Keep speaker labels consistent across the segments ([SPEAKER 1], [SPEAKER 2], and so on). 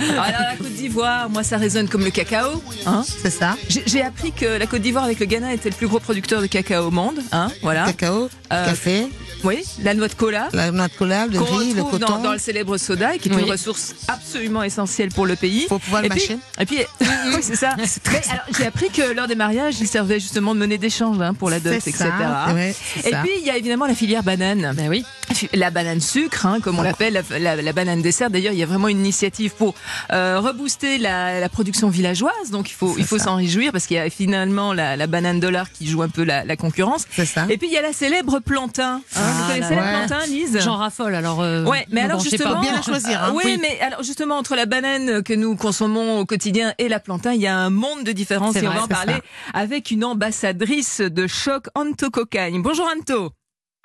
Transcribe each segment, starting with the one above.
[SPEAKER 1] alors Ah, la Côte d'Ivoire, moi ça résonne comme le cacao. Hein
[SPEAKER 2] C'est ça.
[SPEAKER 1] J'ai j'ai appris que la Côte d'Ivoire avec le Ghana était le plus gros producteur de cacao au monde. Hein voilà.
[SPEAKER 2] Cacao,
[SPEAKER 1] Euh,
[SPEAKER 2] café,
[SPEAKER 1] Oui, la noix de cola.
[SPEAKER 2] la noix de cola, le
[SPEAKER 1] Qu'on
[SPEAKER 2] riz, le
[SPEAKER 1] retrouve dans,
[SPEAKER 2] coton.
[SPEAKER 1] dans le célèbre soda, et qui est
[SPEAKER 2] Oui.
[SPEAKER 1] une ressource absolument essentielle pour le pays.
[SPEAKER 2] Faut pouvoir le
[SPEAKER 1] et puis,
[SPEAKER 2] mâcher.
[SPEAKER 1] Et puis, oui, c'est ça. Mais alors, j'ai appris que lors des mariages, il servait justement de monnaie d'échange hein, pour la dot,
[SPEAKER 2] C'est
[SPEAKER 1] etc.
[SPEAKER 2] ça, ouais, c'est
[SPEAKER 1] et
[SPEAKER 2] ça.
[SPEAKER 1] puis, il y a évidemment la filière banane.
[SPEAKER 3] Ben oui.
[SPEAKER 1] La banane sucre, hein, comme on l'appelle, la, la- la banane dessert. D'ailleurs, il y a vraiment une initiative pour euh, rebooster la, la production villageoise. Donc, il faut, il faut s'en réjouir parce qu'il y a finalement la, la banane dollar qui joue un peu la, la concurrence.
[SPEAKER 2] C'est ça.
[SPEAKER 1] Et puis, il y a la célèbre plantain. hein.
[SPEAKER 3] Hein. Ah
[SPEAKER 1] Vous
[SPEAKER 3] là
[SPEAKER 1] connaissez
[SPEAKER 2] là.
[SPEAKER 1] la plantain, Lise
[SPEAKER 3] J'en raffole, alors. euh,
[SPEAKER 1] Ouais, mais
[SPEAKER 3] me
[SPEAKER 1] alors
[SPEAKER 3] branchez
[SPEAKER 1] justement,
[SPEAKER 3] pas.
[SPEAKER 2] bien la choisir, hein,
[SPEAKER 1] euh, oui,
[SPEAKER 2] oui.
[SPEAKER 1] mais alors justement entre la banane que nous consommons au quotidien et la plantain, il y a un monde de différence.
[SPEAKER 3] C'est
[SPEAKER 1] Et on
[SPEAKER 3] vrai,
[SPEAKER 1] va en
[SPEAKER 3] c'est
[SPEAKER 1] parler avec une ambassadrice de choc, Anto Cocagne. Bonjour Anto.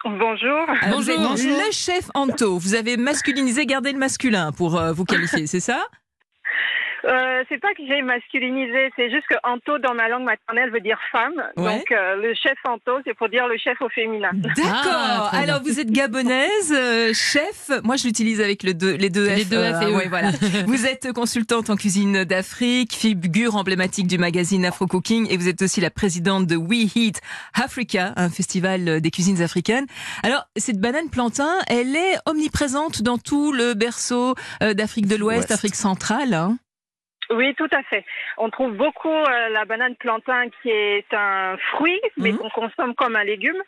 [SPEAKER 4] Bonjour.
[SPEAKER 1] Alors,
[SPEAKER 3] Bonjour.
[SPEAKER 1] vous êtes
[SPEAKER 3] Bonjour.
[SPEAKER 1] Le chef Anto. Vous avez masculinisé, gardé le masculin pour euh, vous qualifier, c'est ça
[SPEAKER 3] Ah,
[SPEAKER 4] Euh, c'est pas que j'ai masculinisé, c'est juste que Anto dans ma langue maternelle veut dire femme.
[SPEAKER 1] Ouais.
[SPEAKER 4] Donc euh, le chef Anto, c'est pour dire le chef au féminin.
[SPEAKER 1] D'accord.
[SPEAKER 3] très bien.
[SPEAKER 1] alors vous êtes gabonaise, euh, chef. Moi je l'utilise avec le deux, les deux F. euh, ah
[SPEAKER 3] Les deux F et E.
[SPEAKER 1] ouais, voilà. Vous êtes consultante en cuisine d'Afrique, figure emblématique du magazine Afro Cooking et vous êtes aussi la présidente de We Heat Africa, un festival des cuisines africaines. Alors, cette banane plantain, elle est omniprésente dans tout le berceau euh, d'Afrique de l'Ouest,
[SPEAKER 2] Ouest.
[SPEAKER 1] Afrique centrale. hein.
[SPEAKER 4] Oui, tout à fait. On trouve beaucoup euh, la banane plantain qui est un fruit, mais
[SPEAKER 1] Mhm.
[SPEAKER 4] qu'on consomme comme un légume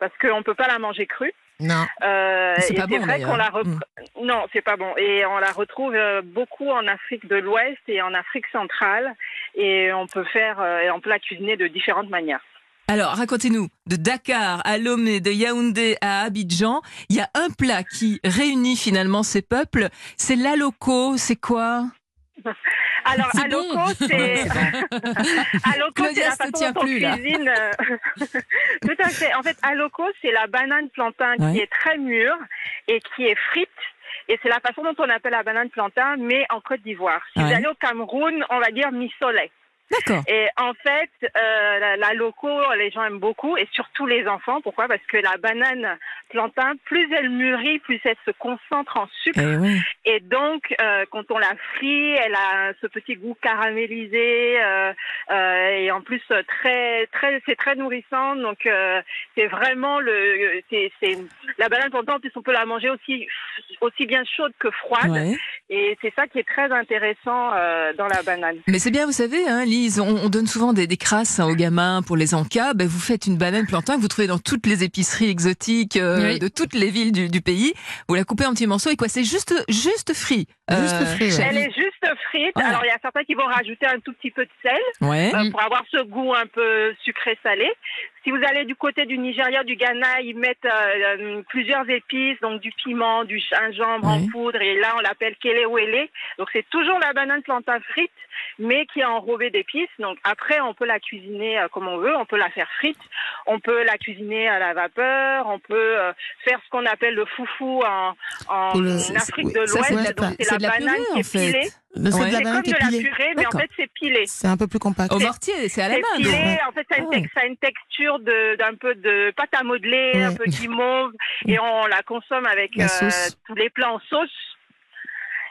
[SPEAKER 4] parce qu'on peut pas la manger crue.
[SPEAKER 2] Non,
[SPEAKER 4] Euh,
[SPEAKER 1] C'est
[SPEAKER 4] et
[SPEAKER 1] pas
[SPEAKER 4] c'est
[SPEAKER 1] bon,
[SPEAKER 4] vrai qu'on la
[SPEAKER 1] d'ailleurs. Mhm.
[SPEAKER 4] repre- non, c'est pas bon. Et on la retrouve euh, beaucoup en Afrique de l'Ouest et en Afrique centrale, et on peut faire euh, et on peut la cuisiner de différentes manières.
[SPEAKER 1] Alors, racontez-nous, de Dakar à Lomé, de Yaoundé à Abidjan, il y a un plat qui réunit finalement ces peuples. C'est l'aloco, c'est quoi
[SPEAKER 4] Alors,
[SPEAKER 3] C'est
[SPEAKER 4] à
[SPEAKER 3] bon.
[SPEAKER 4] loco, c'est à loco, c'est
[SPEAKER 1] Claudia
[SPEAKER 4] la
[SPEAKER 1] se
[SPEAKER 4] façon
[SPEAKER 1] tient
[SPEAKER 4] dont
[SPEAKER 1] plus, là.
[SPEAKER 4] on cuisine. euh, Tout à fait. En fait, à loco, c'est la banane plantain
[SPEAKER 1] Ouais.
[SPEAKER 4] qui est très mûre et qui est frite. Et c'est la façon dont on appelle la banane plantain, mais en Côte d'Ivoire. Si vous
[SPEAKER 1] Ouais.
[SPEAKER 4] allez au Cameroun, on va dire misolet.
[SPEAKER 1] D'accord.
[SPEAKER 4] Et en fait, euh, la, la loco, les gens aiment beaucoup, et surtout les enfants. Pourquoi Parce que la banane plantain, plus elle mûrit, plus elle se concentre en sucre. Et donc, euh, quand on la frit, elle a ce petit goût caramélisé euh, euh, et en plus euh, très, très, c'est très nourrissant. Donc, euh, c'est vraiment le, c'est, c'est la banane plantain. En plus, on peut la manger aussi, aussi bien chaude que
[SPEAKER 1] Ah,
[SPEAKER 4] froide. Et c'est ça qui est très intéressant euh, dans la banane.
[SPEAKER 1] Mais c'est bien, vous savez, hein, Lise, on, on donne souvent des, des crasses hein, aux gamins pour les encas. Ben, vous faites une banane plantain que vous trouvez dans toutes les épiceries exotiques euh,
[SPEAKER 3] Oui.
[SPEAKER 1] de toutes les villes du, du pays. Vous la coupez en petits morceaux et quoi C'est juste, juste frit. Euh,
[SPEAKER 2] Juste frit, ouais.
[SPEAKER 1] chez
[SPEAKER 4] Elle
[SPEAKER 1] Lise.
[SPEAKER 4] est juste frite.
[SPEAKER 1] Voilà.
[SPEAKER 4] Alors, il y a certains qui vont rajouter un tout petit peu de sel.
[SPEAKER 1] Ouais.
[SPEAKER 4] Euh,
[SPEAKER 3] Mm.
[SPEAKER 4] pour avoir ce goût un peu sucré-salé. Si vous allez du côté du Nigeria, du Ghana, ils mettent euh, euh, plusieurs épices, donc du piment, du gingembre en
[SPEAKER 1] Ouais.
[SPEAKER 4] poudre, et là on l'appelle kelewele. Donc c'est toujours la banane plantain frite, mais qui est enrobée d'épices. Donc après on peut la cuisiner euh, comme on veut, on peut la faire frite, on peut la cuisiner à la vapeur, on peut euh, faire ce qu'on appelle le foufou en, en
[SPEAKER 2] Ou le-
[SPEAKER 4] Afrique
[SPEAKER 2] c'est-
[SPEAKER 4] de
[SPEAKER 1] Ça,
[SPEAKER 4] l'Ouest.
[SPEAKER 1] c'est de la,
[SPEAKER 2] ouais,
[SPEAKER 4] Donc
[SPEAKER 1] c'est de la
[SPEAKER 4] banane
[SPEAKER 1] purée,
[SPEAKER 4] qui
[SPEAKER 1] en
[SPEAKER 4] est pilée.
[SPEAKER 1] fait.
[SPEAKER 2] le fait
[SPEAKER 1] Ouais.
[SPEAKER 2] de
[SPEAKER 4] C'est
[SPEAKER 2] la banane
[SPEAKER 4] comme
[SPEAKER 2] qui
[SPEAKER 4] de
[SPEAKER 2] est
[SPEAKER 4] la
[SPEAKER 2] pilée.
[SPEAKER 4] purée, mais en
[SPEAKER 2] D'accord.
[SPEAKER 4] fait c'est pilé.
[SPEAKER 2] C'est un peu plus compact.
[SPEAKER 1] Au mortier, c'est à la
[SPEAKER 4] C'est
[SPEAKER 1] main. donc.
[SPEAKER 4] filé, en fait, ça a une,
[SPEAKER 1] Ah ouais.
[SPEAKER 4] tex- ça a une texture de- d'un peu de pâte à modeler, un
[SPEAKER 2] Ouais.
[SPEAKER 4] peu d'imauve, et on la consomme avec
[SPEAKER 2] La
[SPEAKER 4] euh,
[SPEAKER 2] sauce.
[SPEAKER 4] tous les plats en sauce.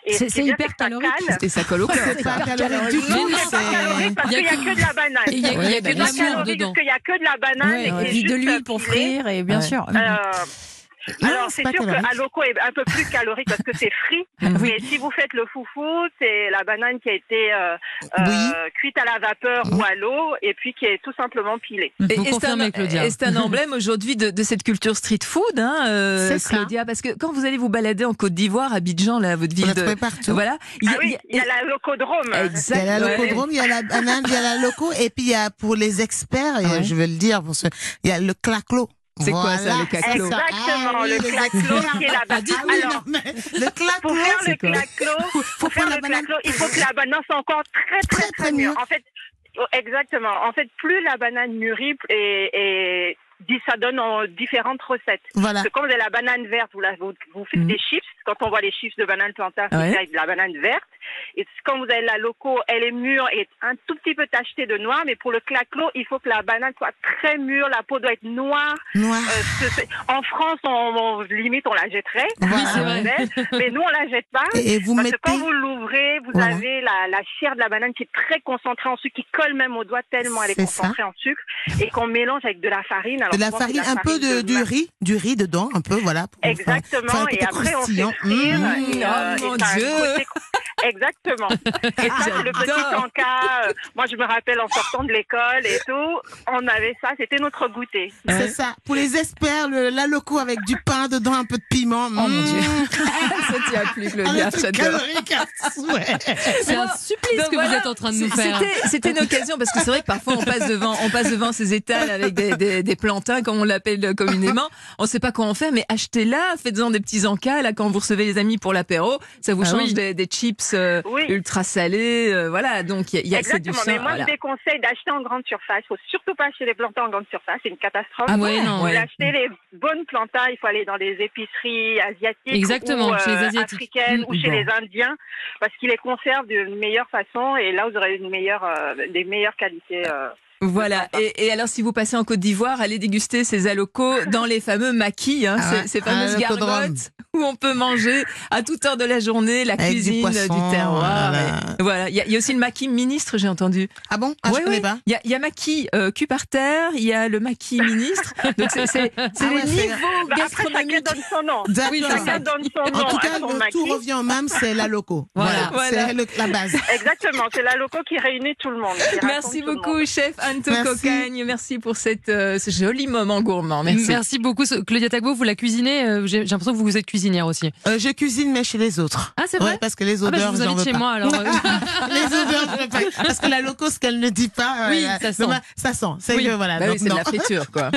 [SPEAKER 4] Et
[SPEAKER 3] C'est-
[SPEAKER 4] ce
[SPEAKER 3] c'est
[SPEAKER 4] qui est bien,
[SPEAKER 3] hyper
[SPEAKER 4] que ça
[SPEAKER 3] calorique.
[SPEAKER 4] cale.
[SPEAKER 1] Et ça colle au cœur.
[SPEAKER 2] C'est pas calorique du
[SPEAKER 4] Non,
[SPEAKER 2] tout.
[SPEAKER 4] c'est pas calorique parce
[SPEAKER 3] Il
[SPEAKER 4] qu'il
[SPEAKER 3] y
[SPEAKER 4] n'y
[SPEAKER 3] a
[SPEAKER 4] a
[SPEAKER 3] que-
[SPEAKER 4] que de la banane.
[SPEAKER 3] Et il y a, il y a que
[SPEAKER 4] C'est
[SPEAKER 3] de
[SPEAKER 4] pas
[SPEAKER 3] la sueur
[SPEAKER 4] calorique
[SPEAKER 3] dedans.
[SPEAKER 4] parce qu'il n'y a que de la banane.
[SPEAKER 3] Ouais,
[SPEAKER 4] et
[SPEAKER 3] ouais. Puis de
[SPEAKER 4] juste
[SPEAKER 3] l'huile pour
[SPEAKER 4] filé.
[SPEAKER 3] frire, et bien
[SPEAKER 2] Ouais.
[SPEAKER 3] sûr.
[SPEAKER 4] Euh,
[SPEAKER 2] Ah,
[SPEAKER 4] alors
[SPEAKER 2] c'est
[SPEAKER 4] c'est
[SPEAKER 2] pas
[SPEAKER 4] sûr
[SPEAKER 2] calorique.
[SPEAKER 4] que Aloco est un peu plus calorique parce que c'est frit,
[SPEAKER 3] Ah Oui.
[SPEAKER 4] mais si vous faites le foufou, c'est la banane qui a été euh, euh,
[SPEAKER 2] Bouillie.
[SPEAKER 4] cuite à la vapeur ou à l'eau et puis qui est tout simplement pilée.
[SPEAKER 3] Vous
[SPEAKER 1] c'est
[SPEAKER 3] confirmez,
[SPEAKER 1] un-
[SPEAKER 3] Claudia.
[SPEAKER 1] et c'est un emblème aujourd'hui de, de cette culture street food, hein, euh,
[SPEAKER 2] C'est ça.
[SPEAKER 1] Claudia, parce que quand vous allez vous balader en Côte d'Ivoire, à Abidjan, là, votre
[SPEAKER 2] On
[SPEAKER 1] ville
[SPEAKER 2] la
[SPEAKER 1] de,
[SPEAKER 2] trouvait partout.
[SPEAKER 1] voilà,
[SPEAKER 4] Ah oui, il y a la locodrome.
[SPEAKER 2] Il y
[SPEAKER 1] Exact-
[SPEAKER 2] a la
[SPEAKER 1] ouais.
[SPEAKER 2] locodrome, il y a la banane, il y a la loco, et puis il y a pour les experts, et
[SPEAKER 1] Ouais.
[SPEAKER 2] je vais le dire, pour ce- il y a le claclo.
[SPEAKER 1] C'est quoi, ça, le claclo
[SPEAKER 2] c'est ça.
[SPEAKER 4] Exactement,
[SPEAKER 2] Ah oui,
[SPEAKER 4] le
[SPEAKER 2] les
[SPEAKER 4] claclo
[SPEAKER 2] experts.
[SPEAKER 4] qui est la
[SPEAKER 2] Ah
[SPEAKER 4] banane.
[SPEAKER 2] oui,
[SPEAKER 4] Alors,
[SPEAKER 2] non, mais le claclo,
[SPEAKER 4] Pour faire le
[SPEAKER 2] c'est quoi
[SPEAKER 4] claclo,
[SPEAKER 2] Faut
[SPEAKER 4] pour faire
[SPEAKER 2] prendre
[SPEAKER 4] le
[SPEAKER 2] la banane.
[SPEAKER 4] claclo, il faut que la banane soit encore très très
[SPEAKER 2] Très,
[SPEAKER 4] très,
[SPEAKER 2] très
[SPEAKER 4] mûre.
[SPEAKER 2] mûre.
[SPEAKER 4] En fait, oh, exactement. En fait, plus la banane mûrit et, et dit ça donne en différentes recettes.
[SPEAKER 2] Voilà. Ah.
[SPEAKER 4] Parce que quand vous avez la banane verte, vous, la, vous, vous faites
[SPEAKER 2] Mm.
[SPEAKER 1] Mhm.
[SPEAKER 4] des chips. quand on voit les chiffres de banane plantain
[SPEAKER 1] Ouais.
[SPEAKER 4] avec de la banane verte. Et quand vous avez la loco, elle est mûre et un tout petit peu tachetée de noir, mais pour le claclo, il faut que la banane soit très mûre, la peau doit être noire.
[SPEAKER 2] Noir.
[SPEAKER 4] Euh, ce- c'est- en France, on, on- limite, on la jetterait.
[SPEAKER 2] Voilà.
[SPEAKER 1] c'est vrai.
[SPEAKER 4] Mais- Mais nous, on la jette pas.
[SPEAKER 2] Et, et vous
[SPEAKER 4] Parce
[SPEAKER 2] mettez.
[SPEAKER 4] que quand vous l'ouvrez, vous
[SPEAKER 2] Voilà.
[SPEAKER 4] avez la, la chair de la banane qui est très concentrée en sucre, qui colle même au doigt tellement elle est,
[SPEAKER 2] C'est ça.
[SPEAKER 4] concentrée en sucre, et qu'on mélange avec de la farine. Alors
[SPEAKER 2] de la
[SPEAKER 4] souvent, c'est
[SPEAKER 2] farine, un peu de,
[SPEAKER 4] farine
[SPEAKER 2] du
[SPEAKER 4] ma-
[SPEAKER 2] riz, du riz dedans, un peu, voilà. pour faire- faire un
[SPEAKER 4] Exactement,
[SPEAKER 2] côté
[SPEAKER 4] et après on
[SPEAKER 2] croustillant.
[SPEAKER 4] fait frire.
[SPEAKER 2] Mmh.
[SPEAKER 1] Mmh.
[SPEAKER 4] et, euh,
[SPEAKER 1] Oh, mon
[SPEAKER 4] et ça a un
[SPEAKER 1] Dieu.
[SPEAKER 4] côté- Exactement. Et ça, c'est le petit
[SPEAKER 1] J'adore.
[SPEAKER 4] tanka. euh, Moi, je me rappelle en sortant de l'école et tout, on avait ça, c'était notre goûter.
[SPEAKER 1] Ouais.
[SPEAKER 2] C'est ça. Pour les experts, le, la loco avec du pain dedans, un peu de piment.
[SPEAKER 1] Oh mon
[SPEAKER 2] Mmh.
[SPEAKER 1] Dieu. ça t'y a plu,
[SPEAKER 2] Ah,
[SPEAKER 1] Claudia,
[SPEAKER 2] le truc
[SPEAKER 1] j'adore.
[SPEAKER 2] calorique à souhait.
[SPEAKER 3] C'est un
[SPEAKER 1] Bon,
[SPEAKER 3] supplice
[SPEAKER 1] donc
[SPEAKER 3] que vous
[SPEAKER 1] voilà,
[SPEAKER 3] êtes en train de nous
[SPEAKER 1] c'est-
[SPEAKER 3] faire.
[SPEAKER 1] c'était- C'était une occasion parce que c'est vrai que parfois on passe devant, on passe devant ces étals avec des, des- des plantains comme on l'appelle communément. On ne sait pas quoi en faire, mais achetez-la, faites-en des petits encas là quand vous recevez les amis pour l'apéro. Ça vous
[SPEAKER 3] Ah
[SPEAKER 1] change
[SPEAKER 3] oui.
[SPEAKER 1] des, des chips euh,
[SPEAKER 4] Oui.
[SPEAKER 1] ultra salés, euh, voilà. Donc il y a, il y a c'est du
[SPEAKER 4] Exactement.
[SPEAKER 1] sang.
[SPEAKER 4] Mais moi,
[SPEAKER 1] voilà.
[SPEAKER 4] je déconseille d'acheter en grande surface. Il faut surtout pas acheter les plantains en grande surface. C'est une catastrophe.
[SPEAKER 3] Ah ouais,
[SPEAKER 4] Vous
[SPEAKER 3] non.
[SPEAKER 1] Ouais.
[SPEAKER 4] achetez les bonnes plantains, il faut aller dans les épiceries asiatiques
[SPEAKER 3] Exactement,
[SPEAKER 4] ou euh,
[SPEAKER 3] chez les Asiatiques.
[SPEAKER 4] africaines ou
[SPEAKER 1] Mm,
[SPEAKER 4] chez
[SPEAKER 1] bon.
[SPEAKER 4] les Indiens parce qu'ils les conservent d'une meilleure façon et là vous aurez une meilleure, euh, des meilleures qualités. euh.
[SPEAKER 1] Voilà.
[SPEAKER 2] Ah.
[SPEAKER 1] Et, et alors, si vous passez en Côte d'Ivoire, allez déguster ces alocos dans les fameux maquis, hein,
[SPEAKER 2] Ah
[SPEAKER 1] ces-
[SPEAKER 2] ouais.
[SPEAKER 1] ces, fameuses
[SPEAKER 2] Ah, l'alocodrome.
[SPEAKER 1] gargotes où on peut manger à toute heure de la journée la
[SPEAKER 2] Avec du
[SPEAKER 1] cuisine
[SPEAKER 2] poisson,
[SPEAKER 1] terroir.
[SPEAKER 2] voilà.
[SPEAKER 1] et voilà. Il y, a- il y a aussi le maquis ministre, j'ai entendu.
[SPEAKER 2] Ah bon ah,
[SPEAKER 1] Ouais,
[SPEAKER 2] Je connais
[SPEAKER 1] ouais.
[SPEAKER 2] pas.
[SPEAKER 1] Il y a, il y a maquis euh, cul par terre, il y a le maquis ministre. Donc, c'est c'est- c'est
[SPEAKER 2] Ah
[SPEAKER 1] les
[SPEAKER 2] ouais, c'est-
[SPEAKER 1] niveaux
[SPEAKER 4] Bah, après chacun
[SPEAKER 1] gastronomiques.
[SPEAKER 4] donne son nom.
[SPEAKER 2] D'accord.
[SPEAKER 3] Oui, c'est
[SPEAKER 4] Chacun donne son nom hein,
[SPEAKER 2] en tout cas,
[SPEAKER 4] à son
[SPEAKER 2] le,
[SPEAKER 4] maquis.
[SPEAKER 2] tout revient au même, c'est la loco.
[SPEAKER 1] Voilà.
[SPEAKER 2] Voilà,
[SPEAKER 1] Voilà.
[SPEAKER 2] c'est le- la base.
[SPEAKER 4] Exactement, c'est la loco qui réunit tout le monde. qui rassemble
[SPEAKER 1] Merci
[SPEAKER 4] tout le
[SPEAKER 1] beaucoup, chef Anto
[SPEAKER 2] Merci.
[SPEAKER 1] Cocagne. Merci pour cette, euh, ce joli moment gourmand.
[SPEAKER 2] Oh,
[SPEAKER 3] Merci.
[SPEAKER 1] Merci.
[SPEAKER 3] beaucoup. Ce- Claudia Tagbo, vous la cuisinez. euh, J'ai j'ai l'impression que vous, vous êtes cuisinière aussi.
[SPEAKER 2] Euh, je cuisine, mais chez les autres.
[SPEAKER 3] Ah, c'est
[SPEAKER 2] Ouais,
[SPEAKER 3] vrai
[SPEAKER 2] parce que les
[SPEAKER 3] Ah bah,
[SPEAKER 2] odeurs,
[SPEAKER 3] Je vous
[SPEAKER 2] j'en
[SPEAKER 3] invite
[SPEAKER 2] veux
[SPEAKER 3] chez
[SPEAKER 2] pas.
[SPEAKER 3] moi alors. euh,
[SPEAKER 2] les odeurs, je veux pas. Parce que la loco, ce qu'elle ne dit pas,
[SPEAKER 3] Oui,
[SPEAKER 2] euh,
[SPEAKER 3] ça sent.
[SPEAKER 2] non, ça sent. C'est
[SPEAKER 3] Oui.
[SPEAKER 2] que voilà.
[SPEAKER 1] Bah oui,
[SPEAKER 2] Ah, donc
[SPEAKER 1] c'est de
[SPEAKER 2] non.
[SPEAKER 1] la friture, quoi.